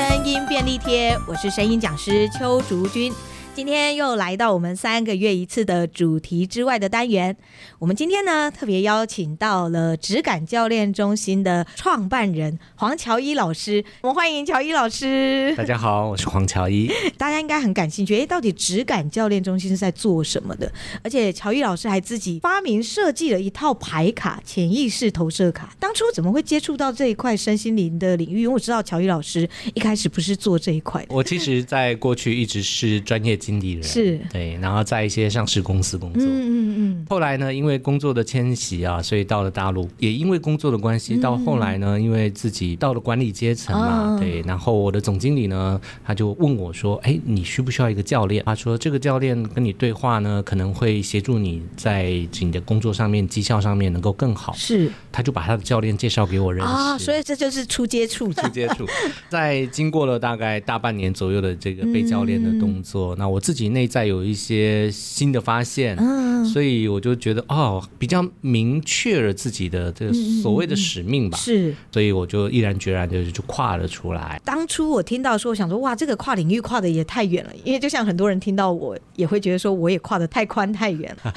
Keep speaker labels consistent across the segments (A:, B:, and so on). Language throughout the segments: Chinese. A: 声音便利贴，我是声音讲师邱竹君。今天又来到我们三个月一次的主题之外的单元。我们今天呢，特别邀请到了质感教练中心的创办人黄乔伊老师。我们欢迎乔伊老师。
B: 大家好，我是黄乔伊。
A: 大家应该很感兴趣，诶，到底质感教练中心是在做什么的？而且乔伊老师还自己发明设计了一套牌卡——潜意识投射卡。当初怎么会接触到这一块身心灵的领域？因为我知道乔伊老师一开始不是做这一块的。
B: 我其实，在过去一直是专业经理人，
A: 是
B: 对，啊然后在一些上市公司工作。
A: 嗯嗯
B: 后来呢，因为工作的迁徙啊，所以到了大陆，也因为工作的关
A: 嗯
B: 系，到后来呢，因为自己到了管理阶层嘛，
A: 哦
B: 对，然后我的总经理呢，他就问我说：“哎，你需不需要一个教练？”他说：“这个教练跟你对话呢，可能会协助你在你的工作上面、绩效上面能够更好
A: 嗯，。是”
B: 他就把他的教练介绍给我认哦识。
A: 啊，所以这就是初接 触的。
B: 初接触，在经过了大概大半年左右的这个被教练的动作，那我自己内在有一些新的发现，
A: 嗯，
B: 所以我就觉得哦，比较明确了自己的这个所
A: 嗯
B: 谓的使命吧，
A: 是。
B: 所以我就毅然决然的就跨了出来。
A: 当初我听到说，我想说哇，这个跨领域跨的也太远了，因为就像很多人听到我也会觉得说，我也跨的太宽太远 了。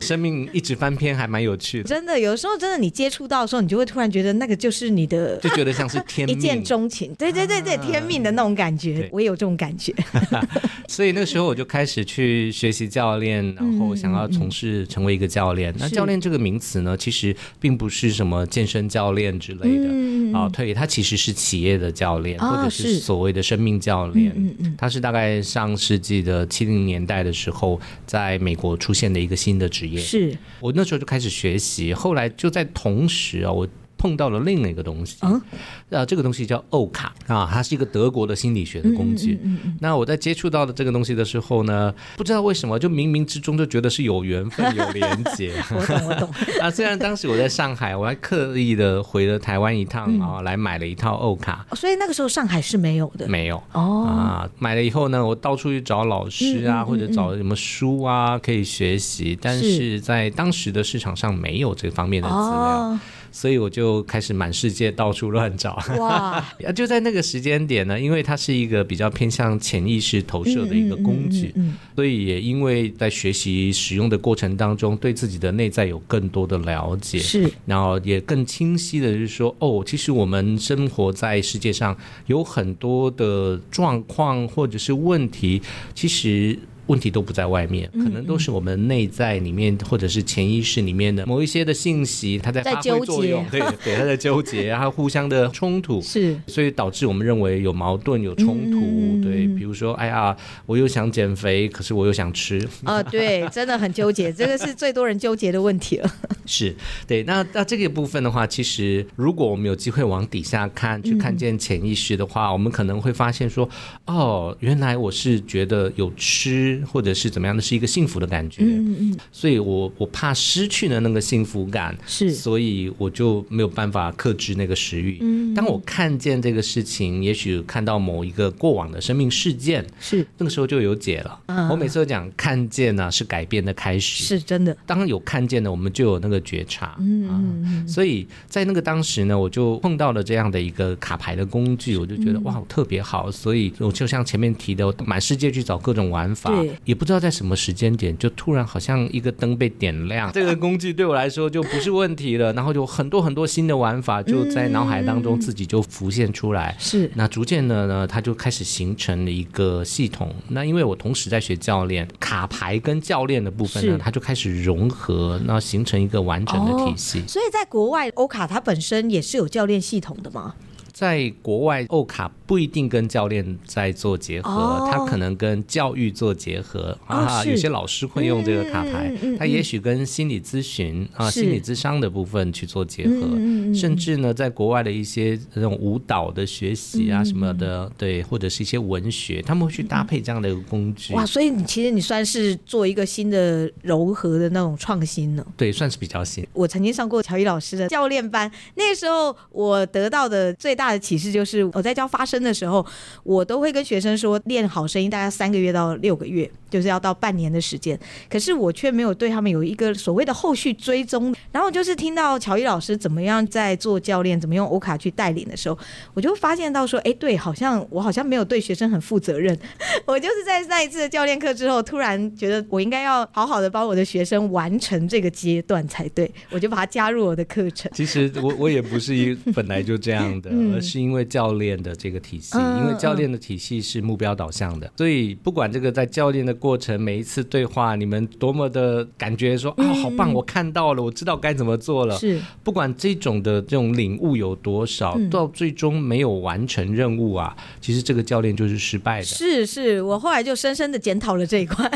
B: 生命一直翻篇，还蛮有趣的，
A: 真的，有时候真的你接触到的时候，你就会突然觉得那个就是你的
B: 就觉得像是天
A: 一
B: 命
A: 见钟情，对对对对，天命的那种感觉
B: 对，
A: 我也有这种感觉。
B: 所以那时候我就开始去学习教练，然后想要从事成为一个教练。那
A: 嗯是
B: 教练这个名词呢，其实并不是什么健身教练之类的。
A: 嗯
B: 啊，对，他其实是企业的教练，
A: 啊
B: 或者
A: 是嗯
B: 是所谓的生命教练。他是大概上世纪的七零年代的时候，在美国出现的一个新的职业。
A: 是
B: 我那时候就开始学习，后来就在同时啊，我碰到了另一个东西，
A: 嗯
B: 呃，这个东西叫欧卡啊，它是一个德国的心理学的工具。那我在接触到的这个东西的时候呢，不知道为什么，就冥冥之中就觉得是有缘分、有连结。
A: 我懂我 懂，
B: 啊，虽然当时我在上海，我还刻意的回了台湾一趟啊，来买了一套欧卡，
A: 哦所以那个时候上海是没有的
B: 没有。
A: 哦。嗯
B: 啊，买了以后呢，我到处去找老师啊，或者找什么书啊可以学习，但
A: 是
B: 是在当时的市场上没有这方面的资料，
A: 哦，
B: 所以我就开始满世界到处乱找。
A: 哇，
B: 啊，就在那个时间点呢，因为它是一个比较偏向潜意识投射的一个工具，
A: 嗯
B: 所以也因为在学习使用的过程当中，对自己的内在有更多的了解，
A: 是
B: 然后也更清晰的就是说，哦，其实我们生活在世界上有很多的状况或者是问题，其实。问题都不在外
A: 嗯
B: 面，可能都是我们内在里面或者是潜意识里面的某一些的信息，它在
A: 在
B: 发
A: 纠
B: 挥作
A: 结
B: 用，对 对，它在纠结，它互相的冲突，
A: 是
B: 所以导致我们认为有矛盾、有冲突。
A: 嗯
B: 对，比如说，哎呀，我又想减肥，可是我又想吃，
A: 啊，对，真的很纠结， 这个是最多人纠结的问题了。
B: 是对。那那这个部分的话，其实如果我们有机会往底下看，
A: 嗯
B: 去看见潜意识的话，我们可能会发现说，哦，原来我是觉得有吃或者是怎么样的是一个幸福的感觉，
A: 嗯嗯，
B: 所以我我怕失去了那个幸福感，
A: 是
B: 所以我就没有办法克制那个食欲。
A: 嗯
B: 当我看见这个事情，也许看到某一个过往的生命事件，
A: 是
B: 那个时候就有解了。我每次都讲，看见呢、是改变的开始。
A: 嗯是真的，
B: 当有看见的，我们就有那个觉察。嗯、啊，所以在那个当时呢，我就碰到了这样的一个卡牌的工具，我就
A: 嗯
B: 觉得、哇，特别好。所以我就像前面提的，我满世界去找各种玩法
A: 对，
B: 也不知道在什么时间点，就突然好像一个灯被点亮，这个工具对我来说就不是问题了。然后有很多很多新的玩法就
A: 嗯
B: 在脑海当中自己就浮现出来。
A: 是
B: 那逐渐的呢，它就开始形成了一个系统。那因为我同时在学教练卡牌跟教练的部分
A: 是哦
B: 呢，它就开始融合，那形成一个完整的体系。
A: 所以在国外，欧卡它本身也是有教练系统的嘛。
B: 在国外，欧卡不一定跟教练在做结合，
A: 哦
B: 它可能跟教育做结合、
A: 哦
B: 啊。
A: 是
B: 有些老师会用这个卡牌，
A: 嗯嗯嗯
B: 它也许跟心理咨询啊、
A: 是嗯
B: 心理咨商的部分去做结合，甚至呢，在国外的一些这种舞蹈的学习
A: 嗯
B: 啊什么的，对，或者是一些文学，他们会去搭配这样的一个工具，
A: 哇，所以你其实你算是做一个新的柔和的那种创新了。
B: 对，算是比较新。
A: 我曾经上过乔伊老师的教练班，那时候我得到的最大大的启示就是，我在教发声的时候，我都会跟学生说，练好声音大概三个月到六个月，就是要到半年的时间。可是我却没有对他们有一个所谓的后续追踪。然后就是听到乔伊老师怎么样在做教练，怎么用欧卡去带领的时候，我就发现到说，哎，对，好像我好像没有对学生很负责任。 我就是在那一次的教练课之后，突然觉得我应该要好好的帮我的学生完成这个阶段才对，我就把它加入我的课程。
B: 其实我我也不是一本来就这样的，
A: 嗯
B: 而是因为教练的这个体系，
A: 嗯
B: 因为教练的体系是目标导向的，所以不管这个在教练的过程，每一次对话，你们多么的感觉说啊、好棒，我看到了，我知道该怎么做了。
A: 嗯是，
B: 不管这种的这种领悟有多少，
A: 嗯
B: 到最终没有完成任务啊，其实这个教练就是失败的。
A: 是是，我后来就深深的检讨了这一块。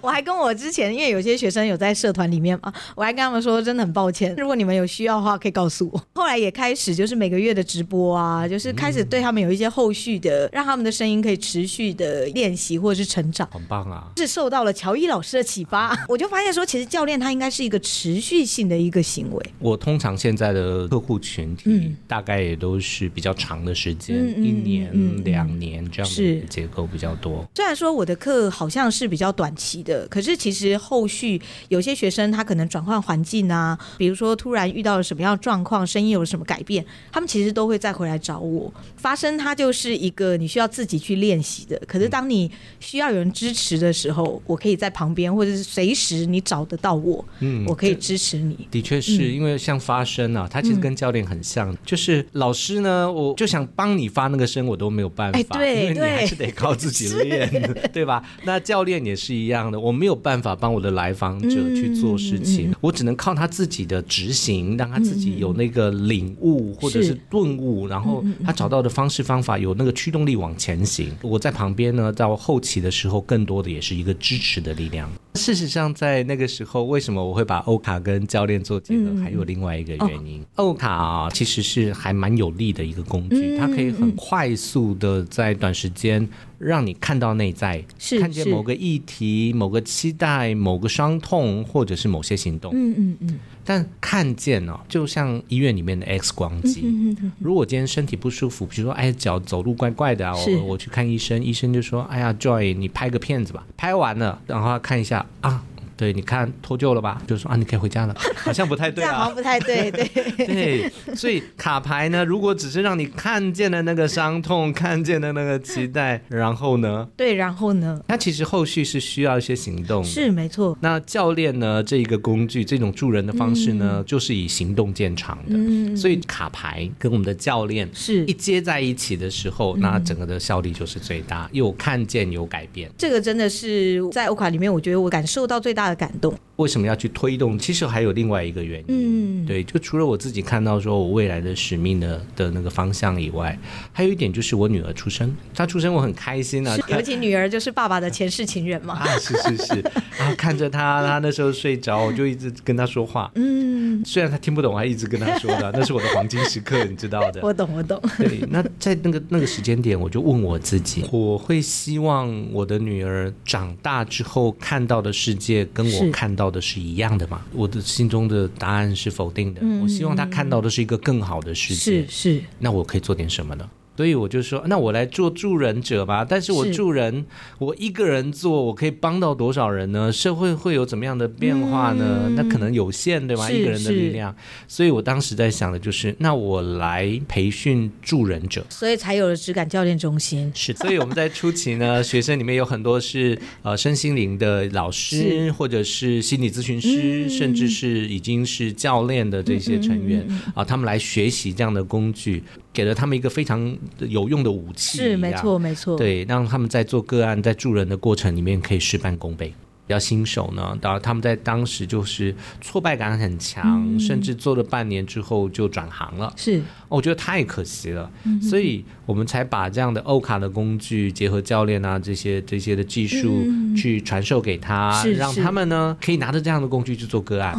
A: 我还跟我之前，因为有些学生有在社团里面嘛，我还跟他们说，真的很抱歉，如果你们有需要的话，可以告诉我。后来也开始就是每个月的直播啊，就是开始对他们有一些后续的，让他们的声音可以持续的练习或者是成长。
B: 很棒啊！
A: 是受到了乔伊老师的启发，我就发现说，其实教练他应该是一个持续性的一个行为。
B: 我通常现在的客户群体
A: 嗯
B: 大概也都是比较长的时间，
A: 嗯嗯
B: 一
A: 嗯嗯
B: 年、两年这样的
A: 是
B: 一个结构比较多。
A: 虽然说我的课好像是比较短期的，可是其实后续有些学生他可能转换环境啊，比如说突然遇到了什么样的状况，声音有了什么改变，他们其实都会再回来找我。发声它就是一个你需要自己去练习的，可是当你需要有人支持的时候，我可以在旁边，或者是随时你找得到我，
B: 嗯
A: 我可以支持你。
B: 的确是、
A: 嗯
B: 因为像发声啊，它其实跟教练很像，就是老师呢，我就想帮你发那个声，我都没有办
A: 哎
B: 法，
A: 对
B: 因为你
A: 对
B: 还是得靠自己练， 对吧？那教练也是一样的，我没有办法帮我的来访者
A: 嗯
B: 去做事情，我只能靠他自己的执行，让他自己有那个领悟或者
A: 是嗯
B: 是顿悟，然后他找到的方式方法有那个驱动力往前行。我在旁边呢，到后期的时候，更多的也是一个支持的力量。事实上，在那个时候，为什么我会把欧卡跟教练做结合，
A: 嗯
B: 还有另外一个原因。欧卡啊，其实是还蛮有力的一个工具，
A: 嗯
B: 它可以很快速的在短时间让你看到内在，
A: 是
B: 看见
A: 是
B: 某个议题、某个期待、某个伤痛，或者是某些行动。
A: 嗯嗯嗯
B: 但看见哦，就像医院里面的 X 光机。
A: 嗯嗯，
B: 如果今天身体不舒服，比如说哎脚走路怪怪的啊，
A: 是
B: 我我去看医生，医生就说哎呀 Joy 你拍个片子吧，拍完了然后他看一下啊，对，你看脱臼了吧，就说啊你可以 回家了，好像不太
A: 这
B: 对
A: 样好
B: 啊
A: 像。不太对，对。
B: 对，所以卡牌呢，如果只是让你看见了那个伤痛，看见了那个期待，然后呢，
A: 对，然后呢？
B: 它其实后续是需要一些行动的。
A: 是没错，
B: 那教练呢，这一个工具，这种助人的方式呢，就是以行动见长的。
A: 嗯
B: 所以卡牌跟我们的教练
A: 是
B: 一接在一起的时
A: 嗯
B: 候，那整个的效力就是最大，有看见有改变。
A: 这个真的是在欧卡里面，我觉得我感受到最大的感动。
B: 为什么要去推动？其实还有另外一个原因，
A: 嗯
B: 对，就除了我自己看到说我未来的使命的的那个方向以外，还有一点就是我女儿出生，她出生我很开心啊，
A: 尤其女儿就是爸爸的前世情人嘛。
B: 啊，是是是，然后看着她，她那时候睡着，我就一直跟她说话，
A: 嗯，
B: 虽然她听不懂，我还一直跟她说的， 那是我的黄金时刻，你知道的。
A: 我懂，我懂。
B: 对，那在那个那个时间点，我就问我 自己，我会希望我的女儿长大之后看到的世界跟
A: 是
B: 我看到的是一样的吗？我的心中的答案是否定的。我希望她看到的是一个更好的世界。
A: 嗯是，
B: 那我可以做点什么呢？所以我就说，那我来做助人者吧。但是我
A: 是
B: 助人，我一个人做，我可以帮到多少人呢？社会会有怎么样的变化呢？那可能有限，对吧？
A: 嗯是
B: 一个人的力量。所以我当时在想的就是，那我来培训助人者。
A: 所以才有了质感教练中心。
B: 是，所以我们在初 期呢，学生里面有很多是呃身心灵的老师，或者是心理咨询
A: 嗯
B: 师，甚至是已经是教练的这些成员啊、
A: 嗯
B: 他们来学习这样的工具，给了他们一个非常有用的武器，
A: 是，没错，，没错。，
B: 对，让他们在做个案、在助人的过程里面可以事半功倍。比较新手呢，然后他们在当时就是挫败感很强，
A: 嗯
B: 甚至做了半年之后就转行了。
A: 是
B: 哦我觉得太可惜了，
A: 嗯
B: 所以我们才把这样的欧卡的工具结合教练啊这些这些的技术去传授给他，
A: 嗯是
B: 让
A: 是哦
B: 他们呢可以拿着这样的工具去做个案。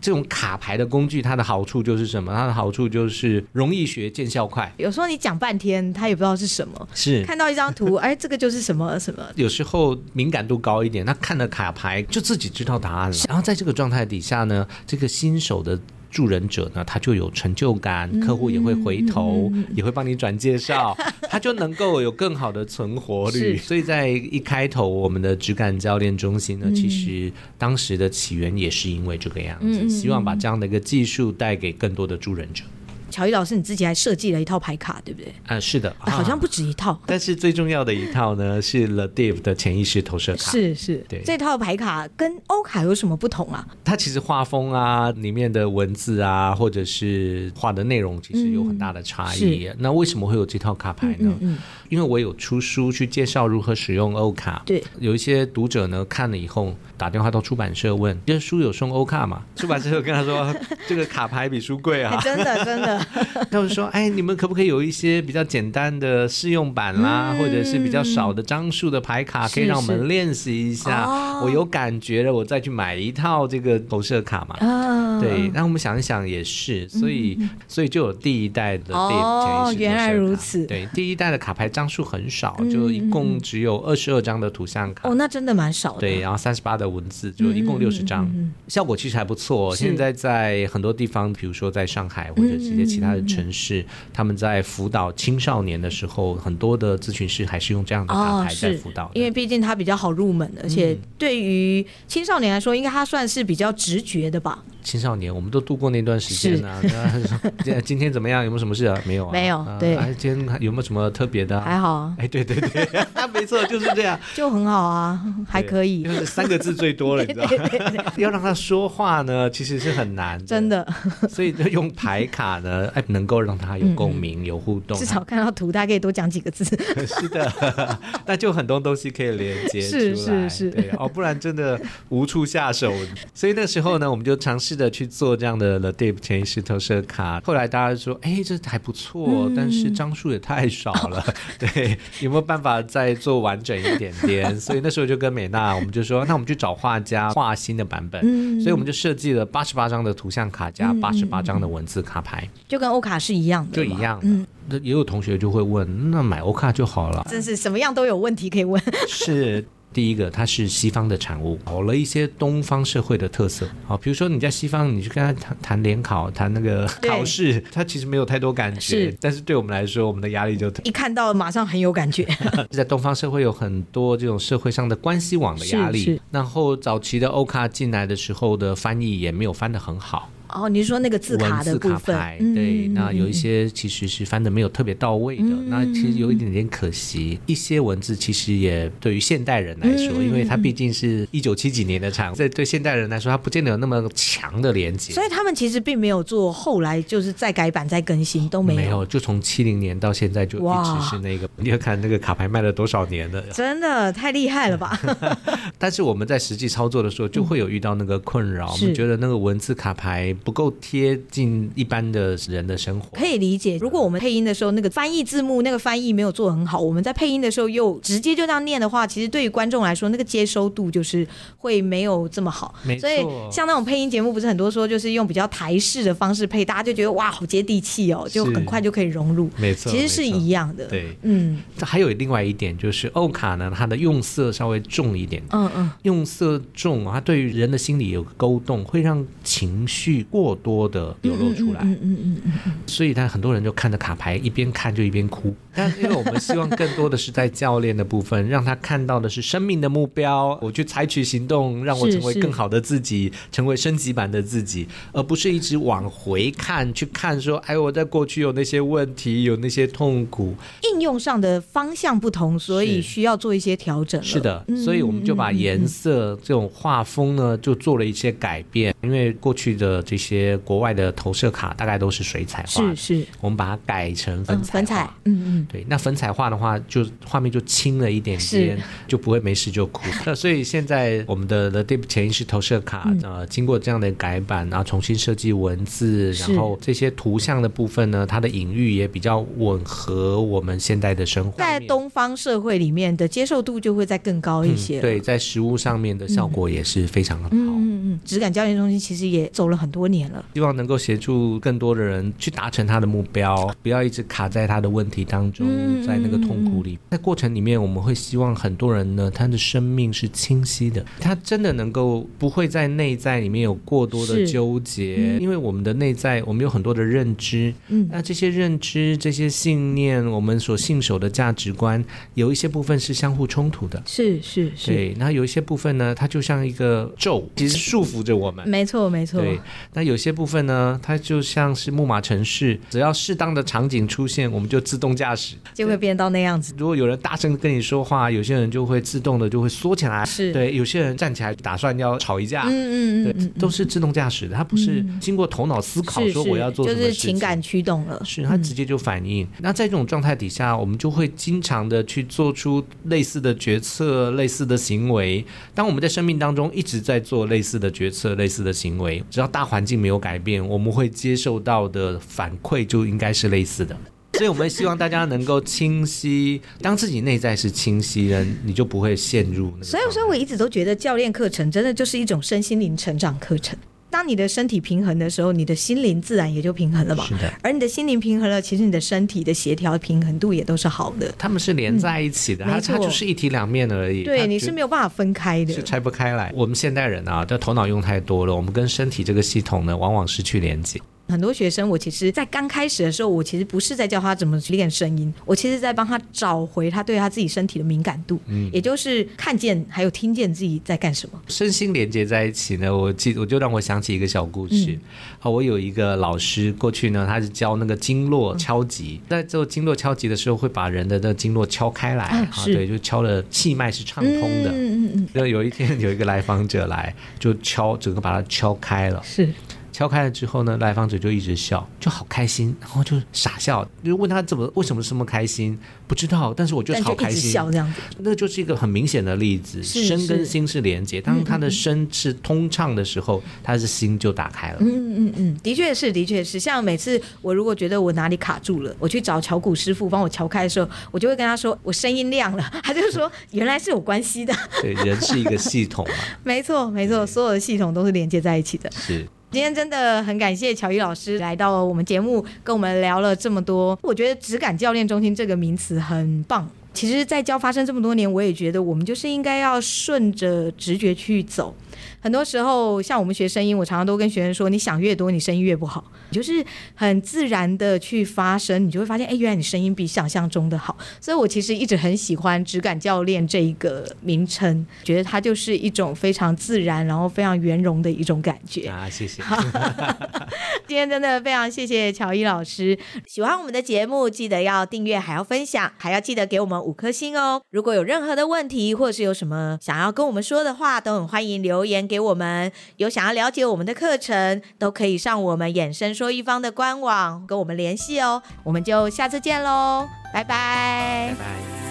B: 这种卡牌的工具，它的好处就是什么？它的好处就是容易学，见效快，
A: 有时候你讲半天，他也不知道是什么，
B: 是。
A: 看到一张图， 哎，这个就是什么什么。
B: 有时候敏感度高一点，他看了卡牌就自己知道答案了。然后在这个状态底下呢，这个新手的助人者呢，他就有成就感，
A: 嗯
B: 客户也会回头，也会帮你转 介绍，他就能够有更好的存活率。所以在一开头，我们的质感教练中心呢，
A: 嗯
B: 其实当时的起源也是因为这个样
A: 嗯
B: 子，希望把这样的一个技术带给更多的助人者。
A: 乔伊老师，你自己还设计了一套牌卡，对不对？
B: 啊，是的，
A: 好像
B: 啊
A: 不止一套，
B: 但是最重要的一套呢，是 The Div 的潜意识投射卡。
A: 是是
B: 对
A: 这套牌卡跟欧卡有什么不同啊？
B: 它其实画风啊，里面的文字啊，或者是画的内容，其实有很大的差
A: 嗯
B: 异。那为什么会有这套卡牌呢？因为我有出书去介绍如何使用欧卡。
A: 对，
B: 有一些读者呢看了以后打电话到出版社问，这书有送欧卡吗？出版社就跟他说， 这个卡牌比书贵 啊
A: 哎。真的真的，
B: 他们说，哎，你们可不可以有一些比较简单的试用版啦，或者是比较少的张数的牌卡，
A: 嗯是哦
B: 可以让我们练习一下？我有感觉了，我再去买一套这个投射卡嘛。
A: 啊，
B: 对，那我们想一想也是，所以、所以就有第一代的 d
A: 嗯哦
B: 潜意识投射卡
A: 原来如此嗯
B: 对，第一代的卡牌张数很少，就一共只有二十二张的图像卡。
A: 哦，嗯那真的蛮少的，
B: 对，然后三十八的文字，就一共六十张，效果其实还不错。哦
A: 是
B: 现在在很多地方，比如说在上海或者是一些其他的城
A: 嗯
B: 市，他们在辅导青少年的时候，很多的咨询师还是用这样的卡
A: 哦，
B: 牌在
A: 是
B: 辅导的。
A: 因
B: 嗯
A: 为毕竟它比较好入门，而且对于青少年来说，应该它算是比较直觉的吧？
B: 青少年，我们都度过那段时间啊。 那今天怎么样？有没有什么事啊？没有啊，
A: 没有
B: 啊
A: 对
B: 哎，今天有没有什么特别的啊？
A: 还好啊，
B: 哎，对对对， 没错，就是这样，
A: 就很好 啊， 还可以
B: 就，是三个字最多了，你知道吗？ 要让他说话呢，其实是很 难，
A: 真。的，
B: 所以就用牌卡呢，哎，能够让他有共鸣、有互动
A: 嗯至，少看到图，大家可以多讲几个字。
B: 是的，那就很多东西可以连接出
A: 是是
B: 来，
A: 是
B: 对哦，不然真的无处下手。所以那时候呢，我们就尝试着去做这样的 The Deep 潜意识投射卡。后来大家说，哎，这还不错，但是张数也太少 了，对，有没有办法再做完整一点 点？所以那时候就跟美娜，我们就说，那我们去找画家画新的版本。
A: 嗯
B: 所以我们就设计了八十八张的图像卡加八十八张的文字卡牌，
A: 就跟欧卡是一样的，
B: 就一。样的。
A: 嗯
B: 那也有同学就会问，那买欧卡就好了。
A: 真是什么样都有问题可以问，
B: 是第一个，它是西方的产物，有了一些东方社会的特色。好，比如说你在西方，你去跟他谈谈联考、谈那个
A: 对
B: 考试，他其实没有太多感觉
A: 是，
B: 但是对我们来说，我们的压力就特。
A: 一看到马上很有感 觉。
B: 在东方社会有很多这种社会上的关系网的压
A: 是
B: 力
A: 是。
B: 然后早期的欧卡进来的时候的翻译也没有翻得很好，
A: 哦，你是说那个字卡
B: 文
A: 的
B: 字
A: 部
B: 卡
A: 分
B: 牌，，
A: 嗯
B: 对，那有一些其实是翻的没有特别到位的，那其实有一点点可惜。一些文字其实也对于现代人来
A: 嗯
B: 说，因为它毕竟是一九七几年的产物，在对现代人来说，它不见得有那么强的连接。
A: 所以他们其实并没有做后来就是再改版、再更新都没有。
B: 没有，就从七零年到现在就一
A: 哇
B: 直是那个，你要看那个卡牌卖了多少年了。
A: 真的太厉害了吧？
B: 但是我们在实际操作的时候，就会有遇到那个困扰，我
A: 嗯是
B: 们觉得那个文字卡牌不够贴近一般的人的生活。
A: 可以理解，如果我们配音的时候，那个翻译字幕那个翻译没有做得很好，我们在配音的时候又直接就这样念的话，其实对于观众来说，那个接收度就是会没有这么好。
B: 没
A: 所以
B: 错
A: 像那种配音节目，不是很多说就是用比较台式的方式配，大家就觉得哇，好接地气哦，就很快就可以融入。
B: 没错，
A: 其实是
B: 没错
A: 一样的。
B: 对
A: 嗯
B: 这还有另外一点就是欧卡呢，它的用色稍微重一点，
A: 嗯嗯，
B: 用色重，啊它对于人的心理有个勾动，会让情绪过多的流露出来。
A: 嗯嗯嗯嗯，
B: 所以他很多人就看着卡牌一边看就一边哭。但因为我们希望更多的是在教练的部分，让他看到的是生命的目标，我去采取行动，让我
A: 是
B: 成为
A: 是
B: 更好的自己，成为升级版的自己，而不是一直往回看，去看说，哎，我在过去有那些问题，有那些痛苦，
A: 应用上的方向不同，所以
B: 是
A: 需要做一些调整了。嗯
B: 是的，所以我们就把颜色这种画风呢，就做了一些改变。因为过去的这些国外的投射卡大概都是水彩画
A: 嗯是，是
B: 我们把它改成粉
A: 嗯
B: 彩。
A: 粉彩，嗯嗯，
B: 对，那粉彩画的话，就画面就清了一点点
A: 是，
B: 就不会没事就哭。那所以现在我们的 The Deep 潜意识投射卡，
A: 嗯
B: 呃，经过这样的改版，然后重新设计文字，
A: 是
B: 然后这些图像的部分呢，它的隐喻也比较吻合我们现代的生活。
A: 在东方社会里
B: 嗯
A: 面的接受度就会再更高一些了。
B: 对，在食物上面的效果也是非常的好。
A: 嗯嗯嗯，质感教练中心其实也走了很多年了。
B: 希望能够协助更多的人去达成他的目标，不要一直卡在他的问题当中，
A: 嗯
B: 在那个痛苦里。在过程里面，我们会希望很多人呢，他的生命是清晰的，他真的能够不会在内在里面有过多的
A: 是
B: 纠结，因为我们的内在我们有很多的认知，
A: 嗯
B: 那这些认知、这些信念，我们所信守的价值观，有一些部分是相互冲突的。
A: 是是是，
B: 对，那有一些部分呢，它就像一个咒，其实束缚着我们。
A: 没错没错，
B: 对，那有些部分呢，它就像是木马城市，只要适当的场景出现，我们就自动驾驶。
A: 就会变到那样子。
B: 如果有人大声跟你说话，有些人就会自动的就会缩起来，
A: 是
B: 对，有些人站起来打算要吵一架。
A: 嗯嗯
B: 对
A: 嗯，嗯，
B: 都是自动驾驶的，它不是经过头脑思考
A: 是
B: 说我要做什
A: 是
B: 么
A: 就
B: 事
A: 是
B: 情，
A: 情感驱动了。
B: 是它直接就反应。那在这种状态底下，我们就会经常的去做出类似的决策、类似的行为。当我们在生命当中一直在做类似的决策、类似的行为，只要大环境没有改变，我们会接受到的反馈就应该是类似的。所以，我们希望大家能够清晰，当自己内在是清晰的，你就不会陷入那个。
A: 所以，所以我一直都觉得教练课程真的就是一种身心灵成长课程。当你的身体平衡的时候，你的心灵自然也就平衡了嘛。
B: 是的，
A: 而你的心灵平衡了，其实你的身体的协调平衡度也都是好的。
B: 他们是连在一起的，
A: 嗯
B: 它
A: 没错
B: 它就是一体两面而已。它
A: 对，你
B: 绝
A: 是没有办法分开的
B: 是。拆不开来。我们现代人啊，这头脑用太多了，我们跟身体这个系统呢，往往失去连接。
A: 很多学生，我其实，在刚开始的时候，我其实不是在教他怎么去练声音，我其实在帮他找回他对他自己身体的敏感度，也就是看见还有听见自己在干什么。
B: 身心连接在一起呢，我记我就让我想起一个小故
A: 嗯
B: 事。好，我有一个老师，过去呢他是教那个经
A: 嗯
B: 络敲击，在做经络敲击的时候，会把人的那个经络敲开来，
A: 啊是
B: 对，就敲的气脉是畅通的。
A: 嗯嗯嗯，
B: 那有一天有一个来访者来，就敲整个把它敲开了。
A: 是
B: 敲开了之后呢，来访者就一直笑，就好开心，然后就傻笑，就问他怎么为什么这么开心，不知道，但是我就是
A: 但
B: 好
A: 就
B: 开
A: 一直
B: 心。
A: 笑这样子。
B: 那就是一个很明显的例子，
A: 是
B: 身跟
A: 是嗯
B: 心是连接，当他的身是通畅的时候，他的心就打开了。
A: 嗯嗯嗯，的确是，的确是。像每次我如果觉得我哪里卡住了，我去找敲鼓师傅帮我敲开的时候，我就会跟他说我声音亮了，他就说原来是有关系的。
B: 对，人是一个系统嘛，
A: 没错，没错，所有的系统都是连接在一起的。
B: 是
A: 今天真的很感谢乔伊老师来到我们节目，跟我们聊了这么多。我觉得“质感教练中心”这个名词很棒。其实，在教发生这么多年，我也觉得我们就是应该要顺着直觉去走。很多时候，像我们学声音，我常常都跟学生说，你想越多，你声音越不好。你就是很自然的去发声，你就会发现，哎，原来你声音比想象中的好。所以我其实一直很喜欢“质感教练”这一个名称，觉得它就是一种非常自然，然后非常圆融的一种感觉。
B: 啊，谢谢。
A: 今天真的非常谢谢乔伊老师。喜欢我们的节目，记得要订阅，还要分享，还要记得给我们五颗星哦。如果有任何的问题，或者是有什么想要跟我们说的话，都很欢迎留言给我们。有想要了解我们的课程，都可以上我们衍生说一方的官网跟我们联系哦。我们就下次见喽，拜拜
B: 拜拜。